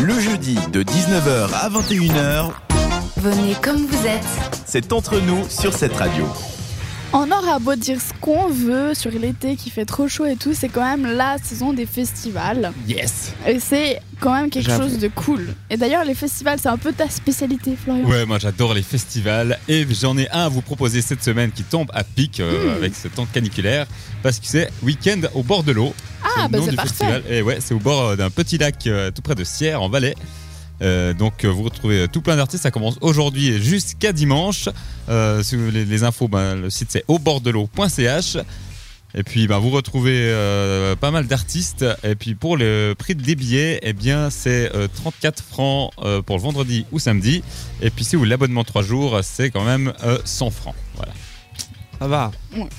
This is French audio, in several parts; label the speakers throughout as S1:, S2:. S1: Le jeudi de 19h à 21h,
S2: Venez comme vous êtes.
S1: c'est entre nous sur cette radio.
S3: On aura beau dire ce qu'on veut sur l'été qui fait trop chaud et tout, c'est quand même la saison des festivals.
S4: Yes
S3: Et c'est quand même quelque
S4: J'avoue.
S3: chose de cool. Et d'ailleurs, les festivals, c'est un peu ta spécialité, Florian.
S4: Ouais, moi j'adore les festivals et j'en ai un à vous proposer cette semaine qui tombe à pic euh, avec ce temps caniculaire parce que c'est Week-end au bord de l'eau.
S3: ah,
S4: le
S3: bah
S4: nom
S3: c'est
S4: du
S3: parfait.
S4: festival. Et ouais, c'est au bord euh, d'un petit lac euh, tout près de Sierre en Valais. Euh, donc euh, vous retrouvez euh, tout plein d'artistes, ça commence aujourd'hui jusqu'à dimanche. Euh, si vous voulez les infos, ben, le site c'est aubordelot.ch. Et puis ben, vous retrouvez euh, pas mal d'artistes. Et puis pour le prix des billets, eh bien c'est euh, 34 francs euh, pour le vendredi ou samedi. Et puis si vous voulez l'abonnement 3 jours, c'est quand même euh, 100 francs. Voilà.
S5: Ça va.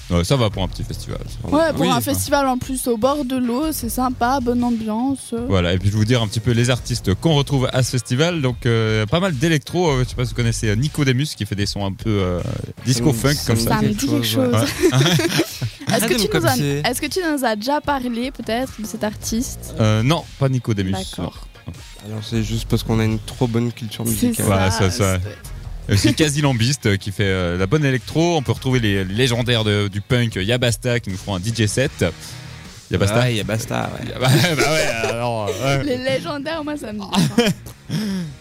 S4: Ouais, ça va pour un petit festival.
S3: Ouais, pour
S4: Oui,
S3: un
S4: enfin.
S3: festival en plus au bord de l'eau, c'est sympa, bonne ambiance.
S4: Voilà, et puis je vais vous dire un petit peu les artistes qu'on retrouve à ce festival. Donc, euh, pas mal d'électro. euh, je sais pas si vous connaissez euh, Nico Demus qui fait des sons un peu euh, disco
S5: Ça me-
S4: funk comme
S3: ça
S4: ça.
S3: me
S5: quelque
S3: dit quelque
S5: ouais.
S3: chose. Est-ce
S5: Arrêtez
S3: que,
S5: de
S3: tu
S5: vous
S3: nous as,
S5: copier.
S3: est-ce que tu nous as déjà parlé peut-être de cet artiste
S4: Euh, non, pas Nico Demus.
S3: D'accord.
S5: Alors c'est juste parce qu'on a une trop bonne culture musicale.
S4: hein. ça. Voilà, ça.
S3: c'est-
S4: Et aussi Quasi Lambiste euh, qui fait euh, la bonne électro. On peut retrouver les les légendaires de- du punk euh, Yabasta qui nous feront un DJ set. Yabasta
S5: Ouais, y a basta. ouais.
S4: Bah ouais, alors, euh, ouais.
S3: Les légendaires, moi ça me dit.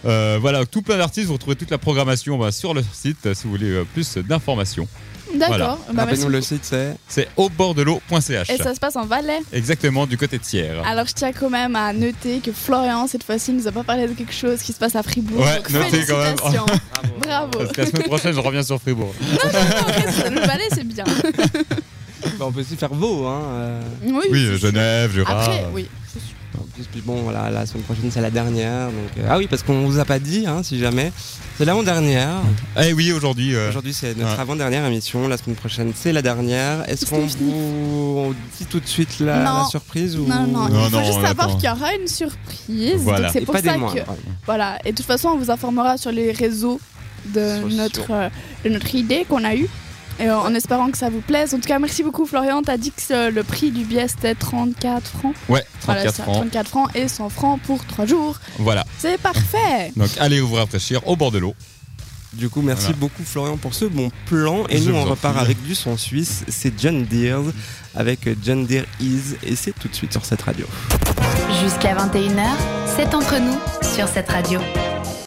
S4: Euh, voilà, tout plein d'artistes. Vous retrouvez toute la programmation bah, sur le site euh, si vous voulez euh, plus d'informations.
S3: D'accord, bah,
S5: Rappelle-nous
S3: merci.
S5: le site, c'est.
S4: C'est aubordelot.ch.
S3: Et ça Ah, se passe en Valais
S4: Exactement, du côté de Sierre.
S3: Alors je tiens quand même à noter que Florian cette fois-ci nous a pas parlé de quelque chose qui se passe à Fribourg.
S4: Ouais,
S3: Donc,
S4: notez quand même.
S3: félicitations. Bravo.
S4: Parce que la semaine prochaine, je reviens sur Fribourg.
S3: Le balai c'est bien.
S5: Bah, on peut aussi faire Vaud, hein. euh.
S3: Oui,
S4: Oui,
S3: c'est
S4: euh,
S3: sûr.
S4: Genève, Jura.
S3: Après, oui.
S5: En plus, puis bon, voilà, la semaine prochaine, c'est la dernière. donc, euh, ah oui, parce qu'on vous a pas dit, hein, si jamais. C'est l'avant-dernière.
S4: Eh oui, aujourd'hui. euh,
S5: Aujourd'hui, c'est notre
S4: Ouais.
S5: avant-dernière émission. La semaine prochaine, c'est la dernière. Est-ce
S3: C'est
S5: qu'on
S3: fini.
S5: vous on dit tout de suite la,
S3: Non.
S5: la surprise ou...
S3: Non, non,
S4: Non,
S3: il faut
S4: non,
S3: juste
S4: on
S3: savoir
S4: attend.
S3: qu'il y aura une surprise.
S4: Voilà.
S3: Donc, C'est
S5: Et
S3: pour
S5: pas des
S3: ça
S5: moindres.
S3: que voilà. Et de toute façon, on vous informera sur les réseaux de
S5: Sur-
S3: notre euh, de notre idée qu'on a eue. Et euh, en espérant que ça vous plaise. En tout cas, merci beaucoup Florian. T'as dit que euh, le prix du billet c'était 34 francs.
S4: Ouais,
S3: Voilà,
S4: 34
S3: c'est à
S4: francs.
S3: 34 francs et 100 francs pour 3 jours.
S4: Voilà.
S3: C'est parfait.
S4: Donc, allez vous rafraîchir au bord de l'eau.
S5: Du coup, merci
S4: Voilà.
S5: beaucoup, Florian, pour ce bon plan. Et
S4: Je
S5: nous,
S4: vous
S5: on
S4: en
S5: repart
S4: prie.
S5: avec du son suisse. C'est John Deere avec John Deere Is. Et c'est tout de suite sur cette radio.
S2: Jusqu'à 21h, c'est entre nous sur cette radio.